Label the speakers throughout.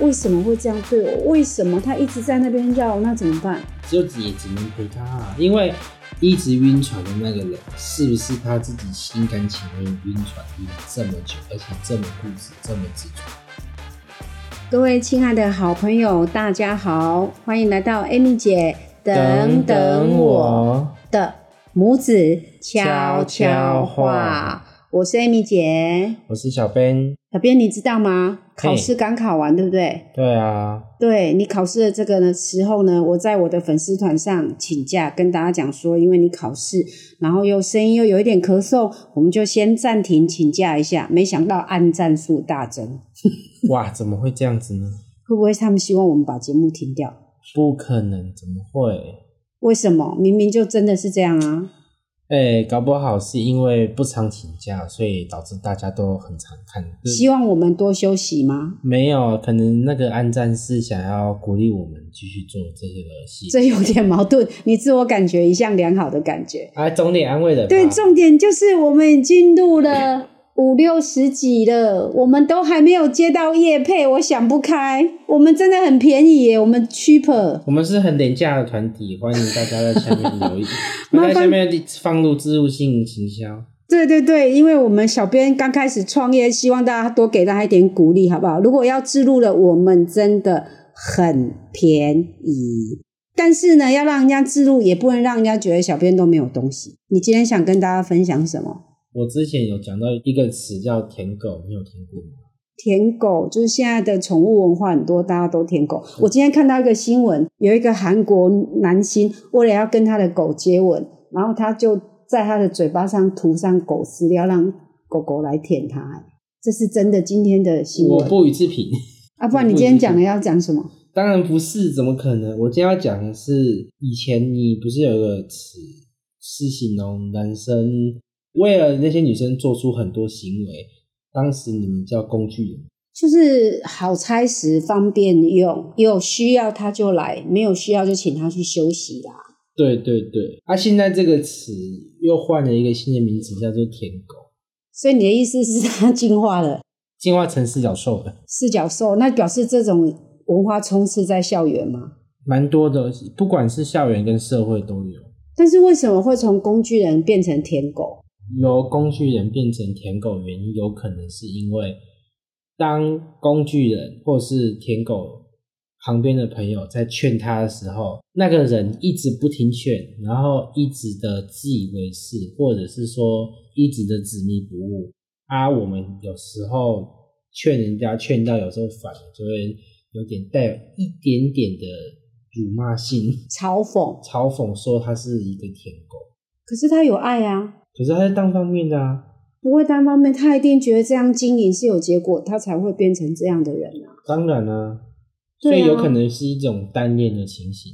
Speaker 1: 为什么会这样对我？为什么他一直在那边绕？那怎么办？
Speaker 2: 就只也只能陪他、啊，因为一直晕船的那个人，是不是他自己心甘情愿晕船晕这么久，而且这么固执，这么执着？
Speaker 1: 各位亲爱的好朋友，大家好，欢迎来到 Amy 姐等等我的拇指悄悄
Speaker 2: 悄
Speaker 1: 话
Speaker 2: 话。
Speaker 1: 我是 Amy 姐，
Speaker 2: 我是小编。
Speaker 1: 小编你知道吗？考
Speaker 2: 嘿
Speaker 1: 试刚考完，对不对？
Speaker 2: 对啊，
Speaker 1: 对你考试的这个呢时候呢，我在我的粉丝团上请假，跟大家讲说，因为你考试，然后又声音又有一点咳嗽，我们就先暂停请假一下。没想到按赞数大增，
Speaker 2: 哇，怎么会这样子呢？
Speaker 1: 会不会他们希望我们把节目停掉？
Speaker 2: 不可能，怎么会？
Speaker 1: 为什么？明明就真的是这样啊！
Speaker 2: 哎、搞不好是因为不常请假，所以导致大家都很常看。
Speaker 1: 希望我们多休息吗？
Speaker 2: 没有，可能那个暗战是想要鼓励我们继续做这些游戏，
Speaker 1: 这有点矛盾，你自我感觉一向良好的感觉。
Speaker 2: 啊，总得安慰人吧。
Speaker 1: 对，重啊点就是我们已经录了五六十集了，我们都还没有接到业配，我想不开。我们真的很便宜耶，我们 cheaper。
Speaker 2: 我们是很廉价的团体，欢迎大家在下面留 言，
Speaker 1: 麻
Speaker 2: 我
Speaker 1: 烦
Speaker 2: 在下面放入植入性行销。
Speaker 1: 对对对，因为我们小编刚开始创业，希望大家多给大家一点鼓励，好不好？如果要自录了，我们真的很便宜。但是呢，要让人家自录，也不能让人家觉得小编都没有东西。你今天想跟大家分享什么？
Speaker 2: 我之前有讲到一个词叫“舔狗”，你有听过吗？
Speaker 1: 舔狗就是现在的宠物文化很多，大家都舔狗。我今天看到一个新闻，有一个韩国男星为了要跟他的狗接吻，然后他就在他的嘴巴上涂上狗饲料，让狗狗来舔他。哎这是真的，今天的新
Speaker 2: 我
Speaker 1: 闻
Speaker 2: 不予置评。
Speaker 1: 啊！不然你今天讲的要讲什么？
Speaker 2: 当然不是，怎么可能？我今天要讲的是，以前你不是有一个词是形容男生为了那些女生做出很多行为，当时你们叫工具人。
Speaker 1: 就是好拆时方便用，有需要他就来，没有需要就请他去休息啦。
Speaker 2: 对对对，啊，现在这个词又换了一个新的名词，叫做“舔狗
Speaker 1: 所以你的意思是他进化了？”，
Speaker 2: 进化成四角兽了。
Speaker 1: 四角兽，那表示这种文化充斥在校园吗？
Speaker 2: 蛮多的，不管是校园跟社会都有，
Speaker 1: 但是为什么会从工具人变成舔狗？
Speaker 2: 由工具人变成舔狗，原因有可能是因为当工具人或是舔狗旁边的朋友在劝他的时候，那个人一直不听劝，然后一直的自以为是，或者是说一直的执迷不悟。啊，我们有时候劝人家劝到，有时候反而就会有点带有一点点的辱骂性。
Speaker 1: 嘲讽？
Speaker 2: 嘲讽说他是一个舔狗，
Speaker 1: 可是他有爱啊，
Speaker 2: 可是他是单方面的啊，
Speaker 1: 不会单方面，他一定觉得这样经营是有结果，他才会变成这样的人啊。
Speaker 2: 当然啊，
Speaker 1: 对
Speaker 2: 所
Speaker 1: 啊
Speaker 2: 以有可能是一种单恋的情形，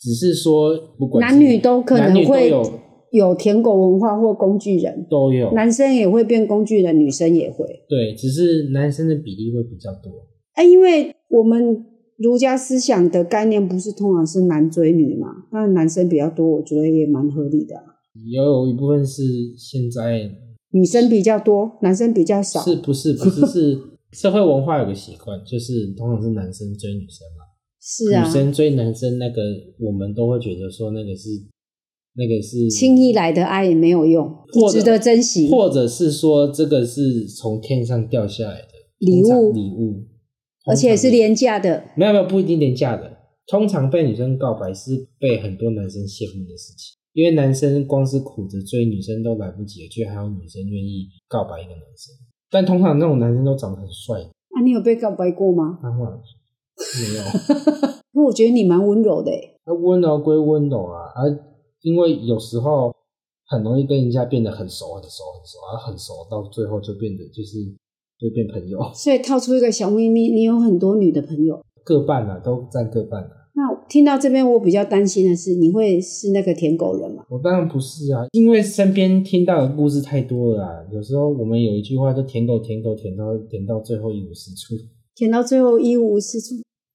Speaker 2: 只是说不管是
Speaker 1: 男女都可
Speaker 2: 男
Speaker 1: 能
Speaker 2: 女都
Speaker 1: 会
Speaker 2: 有
Speaker 1: 有舔狗文化或工具人，
Speaker 2: 都有
Speaker 1: 男生也会变工具人，女生也会。
Speaker 2: 对，只是男生的比例会比较多，
Speaker 1: 哎，因为我们儒家思想的概念不是通常是男追女嘛，那男生比较多，我觉得也蛮合理的啊、
Speaker 2: 也有一部分是现在
Speaker 1: 女生比较多，男生比较少。
Speaker 2: 是不是不是是社会文化有个习惯，就是通常是男生追女生嘛，
Speaker 1: 是啊
Speaker 2: 女，生追男生那个我们都会觉得说那个是那个是
Speaker 1: 轻易来的爱也没有用，不
Speaker 2: 或者
Speaker 1: 值得珍惜。
Speaker 2: 或者是说这个是从天上掉下来的
Speaker 1: 礼物
Speaker 2: 通常礼物，
Speaker 1: 而且是
Speaker 2: 通常
Speaker 1: 廉价的。
Speaker 2: 没有没有不一定廉价的。通常被女生告白是被很多男生羡慕的事情，因为男生光是苦着追女生都来不及了，居然还有女生愿意告白一个男生。但通常那种男生都长得很帅，
Speaker 1: 啊，你有被告白过吗？
Speaker 2: 当然没有。
Speaker 1: 那我觉得你蛮温柔的欸诶，
Speaker 2: 那温柔归温柔啊，而、因为有时候很容易跟人家变得很熟很熟很熟，而、很熟到最后就变得就是就变朋友。
Speaker 1: 所以套出一个小秘密，你有很多女的朋友。
Speaker 2: 各半啊，都占各半啊。
Speaker 1: 那听到这边，我比较担心的是，你会是那个舔狗人吗？
Speaker 2: 我当然不是啊，因为身边听到的故事太多了啊。有时候我们有一句话叫“舔狗，舔狗，舔到舔到最后一无是处”，
Speaker 1: 舔到最后一无是处，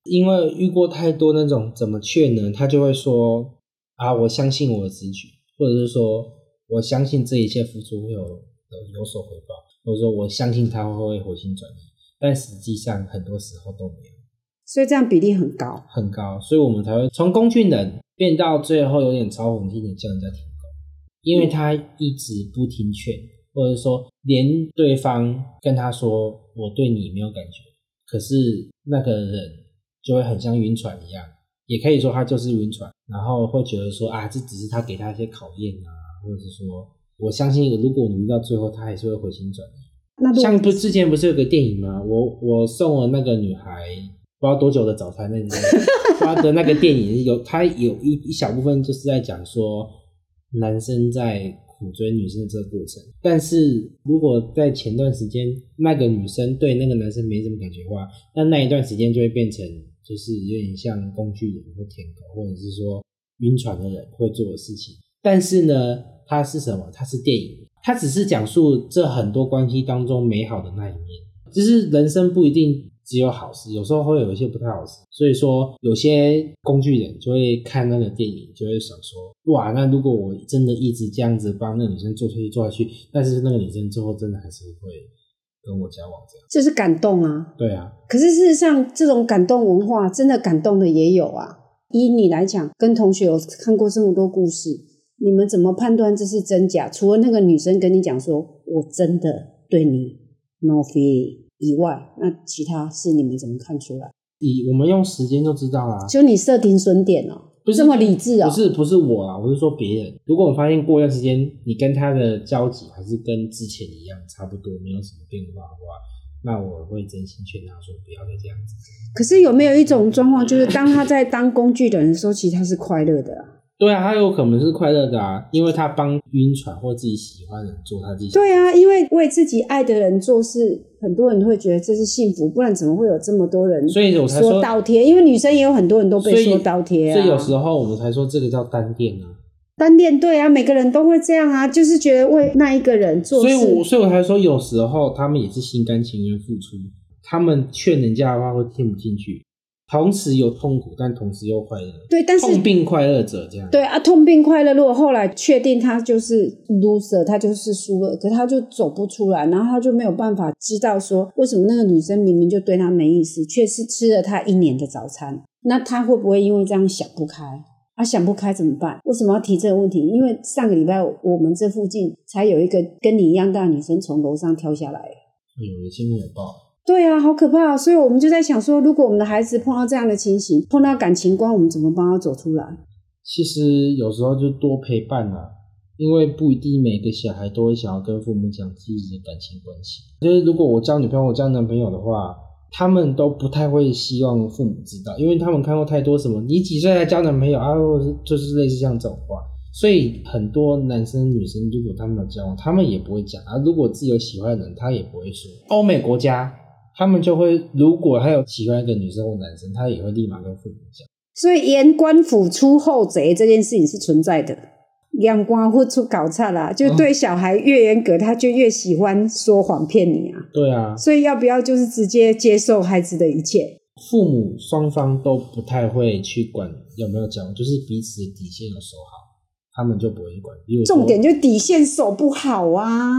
Speaker 2: 因为遇过太多那种怎么劝呢？他就会说啊，我相信我的直觉，或者是说我相信这一切付出会有有有所回报，或者说我相信他会回心转意，但实际上很多时候都没有。
Speaker 1: 所以这样比例很高。
Speaker 2: 很高，所以我们才会从工具人变到最后有点嘲讽性的叫人家舔狗，因为他一直不听劝，或者说连对方跟他说我对你没有感觉，可是那个人就会很像晕船一样，也可以说他就是晕船，然后会觉得说啊，这只是他给他一些考验啊，或者是说我相信如果我们遇到最后，他还是会回心转意。
Speaker 1: 那如
Speaker 2: 像
Speaker 1: 果
Speaker 2: 不之前不是有个电影吗？我我送了那个女孩不知道多久的早餐那个花的那个电影有，它有一一小部分就是在讲说男生在苦追女生的这个过程。但是如果在前段时间那个女生对那个男生没什么感觉的话，那那一段时间就会变成就是有点像工具人或舔狗，或者是说晕船的人会做的事情。但是呢，它是什么？它是电影，它只是讲述这很多关系当中美好的那一面。就是人生不一定只有好事，有时候会有一些不太好事。所以说，有些工具人就会看那个电影，就会想说：哇，那如果我真的一直这样子帮那个女生做下去做下去，但是那个女生最后真的还是会跟我交往这样。
Speaker 1: 就是感动啊。
Speaker 2: 对啊，
Speaker 1: 可是事实上，这种感动文化真的感动的也有啊。以你来讲，跟同学有看过这么多故事，你们怎么判断这是真假？除了那个女生跟你讲说“我真的对你 no feeling” 以外，那其他是你们怎么看出来？
Speaker 2: 以我们用时间就知道啦、
Speaker 1: 就你设停损点哦、
Speaker 2: 不是
Speaker 1: 这么理智哦、
Speaker 2: 不是不是我啊，我是说别人。如果我发现过一段时间，你跟他的交集还是跟之前一样差不多，没有什么变化的话，那我会真心劝他说不要再这样子。
Speaker 1: 可是有没有一种状况，就是当他在当工具人的时候，其实他是快乐的、啊？
Speaker 2: 对啊，他有可能是快乐的啊，因为他帮晕船或自己喜欢的人做他自己。
Speaker 1: 对啊，因为为自己爱的人做事，很多人会觉得这是幸福，不然怎么会有这么多人
Speaker 2: 所以我才说
Speaker 1: 说倒贴？因为女生也有很多人都
Speaker 2: 所
Speaker 1: 被
Speaker 2: 以
Speaker 1: 说倒贴啊。
Speaker 2: 所以有时候我们才说这个叫单恋啊。
Speaker 1: 单恋对啊，每个人都会这样啊，就是觉得为那一个人做
Speaker 2: 所以
Speaker 1: 事。
Speaker 2: 我所以我才说有时候他们也是心甘情愿付出，他们劝人家的话会听不进去，同时有痛苦，但同时又快乐，
Speaker 1: 对，但是
Speaker 2: 痛并快乐者这样。
Speaker 1: 对啊，痛并快乐。如果后来确定他就是 loser，他就是输了，可他就走不出来，然后他就没有办法知道说为什么那个女生明明就对他没意思，却是吃了他一年的早餐，那他会不会因为这样想不开？啊，想不开怎么办？为什么要提这个问题？因为上个礼拜我们这附近才有一个跟你一样大的女生从楼上跳下来。
Speaker 2: 有的新闻有报，
Speaker 1: 对啊，好可怕、啊！所以我们就在想说，如果我们的孩子碰到这样的情形，碰到感情观，我们怎么帮他走出来？
Speaker 2: 其实有时候就多陪伴啦、因为不一定每个小孩都会想要跟父母讲自己的感情关系。就是如果我交女朋友、我交男朋友的话，他们都不太会希望父母知道，因为他们看过太多什么你几岁才交男朋友啊，或者是就是类似像这种话。所以很多男生女生如果他们有交往，他们也不会讲啊。如果自己有喜欢的人，他也不会说。欧美国家，他们就会如果他有喜欢一个女生或男生，他也会立马跟父母讲。
Speaker 1: 所以言官府出后贼这件事情是存在的。阳光会出搞差啦、就对小孩越严格，他就越喜欢说谎骗你啊。
Speaker 2: 对啊，
Speaker 1: 所以要不要就是直接接受孩子的一切？
Speaker 2: 父母双方都不太会去管有没有交往，就是彼此的底线有守好，他们就不会去管。比如说
Speaker 1: 重点，就底线守不好啊。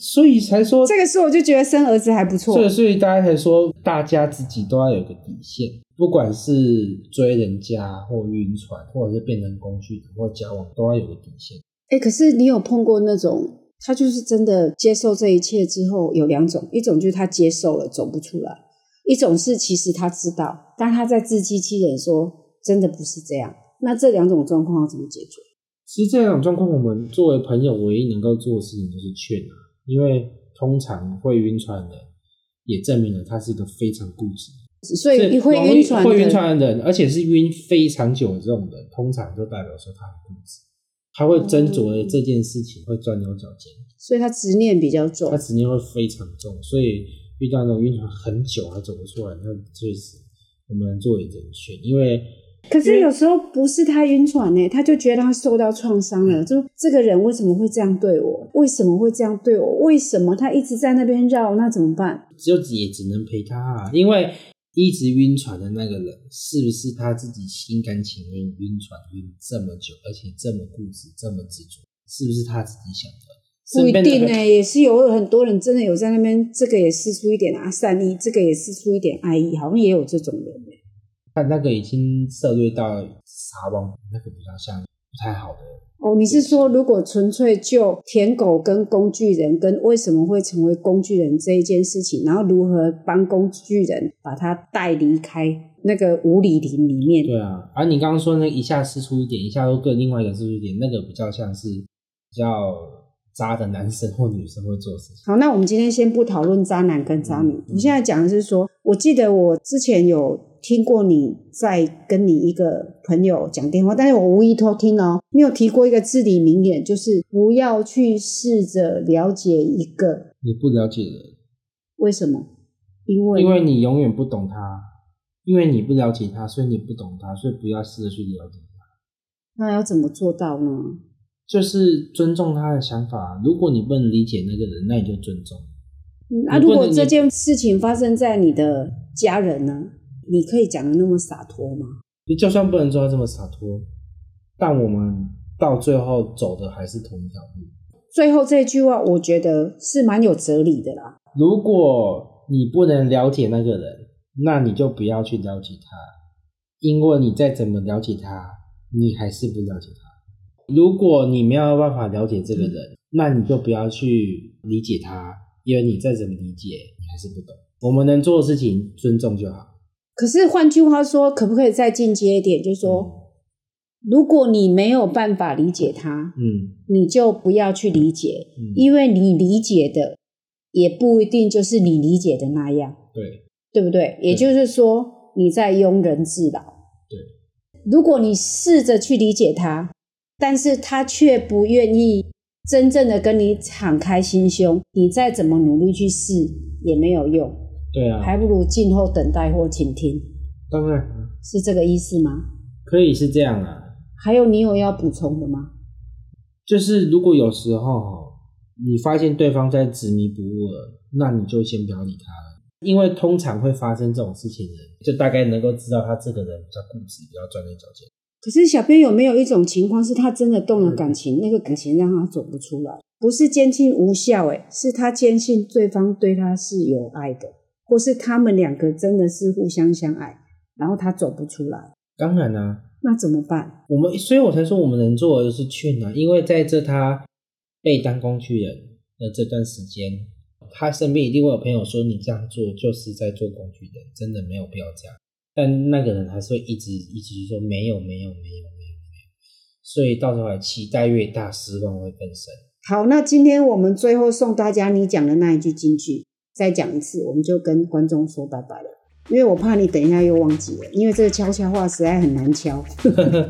Speaker 2: 所以才说，
Speaker 1: 这个时候我就觉得生儿子还不错啊
Speaker 2: 所以。所以大家才说，大家自己都要有个底线，不管是追人家或晕船，或者是变成工具人或交往，都要有个底线。
Speaker 1: 哎、可是你有碰过那种，他就是真的接受这一切之后，有两种，一种就是他接受了走不出来，一种是其实他知道，但他在自欺欺人说真的不是这样。那这两种状况要怎么解决？
Speaker 2: 其实这种状况，我们作为朋友唯一能够做的事情就是劝啊，因为通常会晕船的，也证明了他是一个非常固执的人
Speaker 1: 所以
Speaker 2: 是
Speaker 1: 会
Speaker 2: 容易
Speaker 1: 晕船，
Speaker 2: 会晕。船的人，而且是晕非常久的这种人，通常就代表说他很固执，他会
Speaker 1: 哦
Speaker 2: 斟酌的这件事情，会钻牛角尖，
Speaker 1: 所以他执念比较重
Speaker 2: 他。执念会非常重，所以遇到那种晕船很久还走不出来，那确实我们能做也只能劝，因为
Speaker 1: 可是有时候不是他晕船呢、他就觉得他受到创伤
Speaker 2: 嗯
Speaker 1: 了，就这个人为什么会这样对我？为什么会这样对我？为什么他一直在那边绕？那怎么办？
Speaker 2: 就也只能陪他、啊，因为一直晕船的那个人，是不是他自己心甘情愿晕船晕这么久，而且这么固执、这么执着，是不是他自己想的？
Speaker 1: 不一
Speaker 2: 身边的
Speaker 1: 定欸呢、
Speaker 2: 朋
Speaker 1: 也是有很多人真的有在那边，这个也试出一点啊善意，这个也试出一点爱意，好像也有这种人、欸。
Speaker 2: 他那个已经涉略到撒网，那个比较像不太好的。
Speaker 1: 哦，你是说如果纯粹就舔狗跟工具人跟为什么会成为工具人这一件事情，然后如何帮工具人把他带离开那个无理林里面？
Speaker 2: 对啊，而、你刚刚说那一下试出一点，一下又跟另外一个试出一点，那个比较像是比较渣的男生或女生会做的事情。
Speaker 1: 好，那我们今天先不讨论渣男跟渣女，
Speaker 2: 嗯
Speaker 1: 我们现在讲的是说，我记得我之前有听过你在跟你一个朋友讲电话，但是我无意偷听哦，你有提过一个至理名言，就是不要去试着了解一个
Speaker 2: 你不了解人，
Speaker 1: 为什么，因为
Speaker 2: 因为你永远不懂他，因为你不了解他，所以你不懂他，所以不要试着去了解他，
Speaker 1: 那要怎么做到呢？
Speaker 2: 就是尊重他的想法。如果你不能理解那个人，那你就尊重。
Speaker 1: 嗯啊，
Speaker 2: 你
Speaker 1: 如
Speaker 2: 不能
Speaker 1: 果
Speaker 2: 你
Speaker 1: 这件事情发生在你的家人呢，你可以讲的那么洒脱吗？
Speaker 2: 你就算不能做到这么洒脱，但我们到最后走的还是同一条路。
Speaker 1: 最后这句话，我觉得是蛮有哲理的啦。
Speaker 2: 如果你不能了解那个人，那你就不要去了解他，因为你再怎么了解他，你还是不了解他。如果你没有办法了解这个人，那你就不要去理解他，因为你再怎么理解，你还是不懂。我们能做的事情，尊重就好。
Speaker 1: 可是换句话说，可不可以再进阶一点，就是
Speaker 2: 嗯
Speaker 1: 说，如果你没有办法理解他，
Speaker 2: 嗯，
Speaker 1: 你就不要去理解，
Speaker 2: 嗯嗯，
Speaker 1: 因为你理解的也不一定就是你理解的那样，
Speaker 2: 对，
Speaker 1: 对不对？也就是说，你在庸人自扰。
Speaker 2: 对，
Speaker 1: 如果你试着去理解他，但是他却不愿意真正的跟你敞开心胸，你再怎么努力去试也没有用，
Speaker 2: 对啊，
Speaker 1: 还不如静候等待或倾听，
Speaker 2: 当然
Speaker 1: 是这个意思吗？
Speaker 2: 可以是这样啊。
Speaker 1: 还有，你有要补充的吗？
Speaker 2: 就是如果有时候哦你发现对方在执迷不悟了，那你就先不要理他了，因为通常会发生这种事情的人，就大概能够知道他这个人比较固执，比较钻牛角尖。
Speaker 1: 可是小编有没有一种情况是他真的动了感情，那个感情让他走不出来？不是坚信无效、欸，是他坚信对方对他是有爱的，或是他们两个真的是互相相爱，然后他走不出来，
Speaker 2: 当然啊啦、
Speaker 1: 那怎么办？
Speaker 2: 我们所以我才说我们能做的就是劝啊，因为在这他被当工具人的这段时间，他身边一定会有朋友说你这样做就是在做工具人，真的没有必要这样。但那个人还是会一直一直说没有没有没有没有没有，所以到头来期待越大，失望会更深。
Speaker 1: 好，那今天我们最后送大家你讲的那一句金句，再讲一次，我们就跟观众说拜拜了，因为我怕你等一下又忘记了，因为这个悄悄话实在很难敲。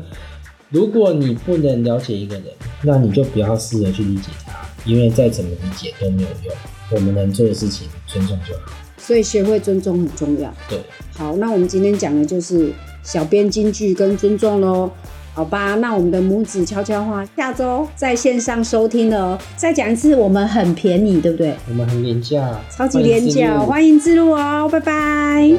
Speaker 2: 如果你不能了解一个人，那你就不要试着去理解他，因为再怎么理解都没有用。我们能做的事情，尊重就好。
Speaker 1: 所以学会尊重很重要。
Speaker 2: 对。
Speaker 1: 好，那我们今天讲的就是小编金句跟尊重喽。好吧，那我们的拇指悄悄话下周在线上收听了哦。再讲一次，我们很便宜，对不对？
Speaker 2: 我们很廉价，
Speaker 1: 超级廉价哦，欢迎自录哦，拜拜
Speaker 2: 迎。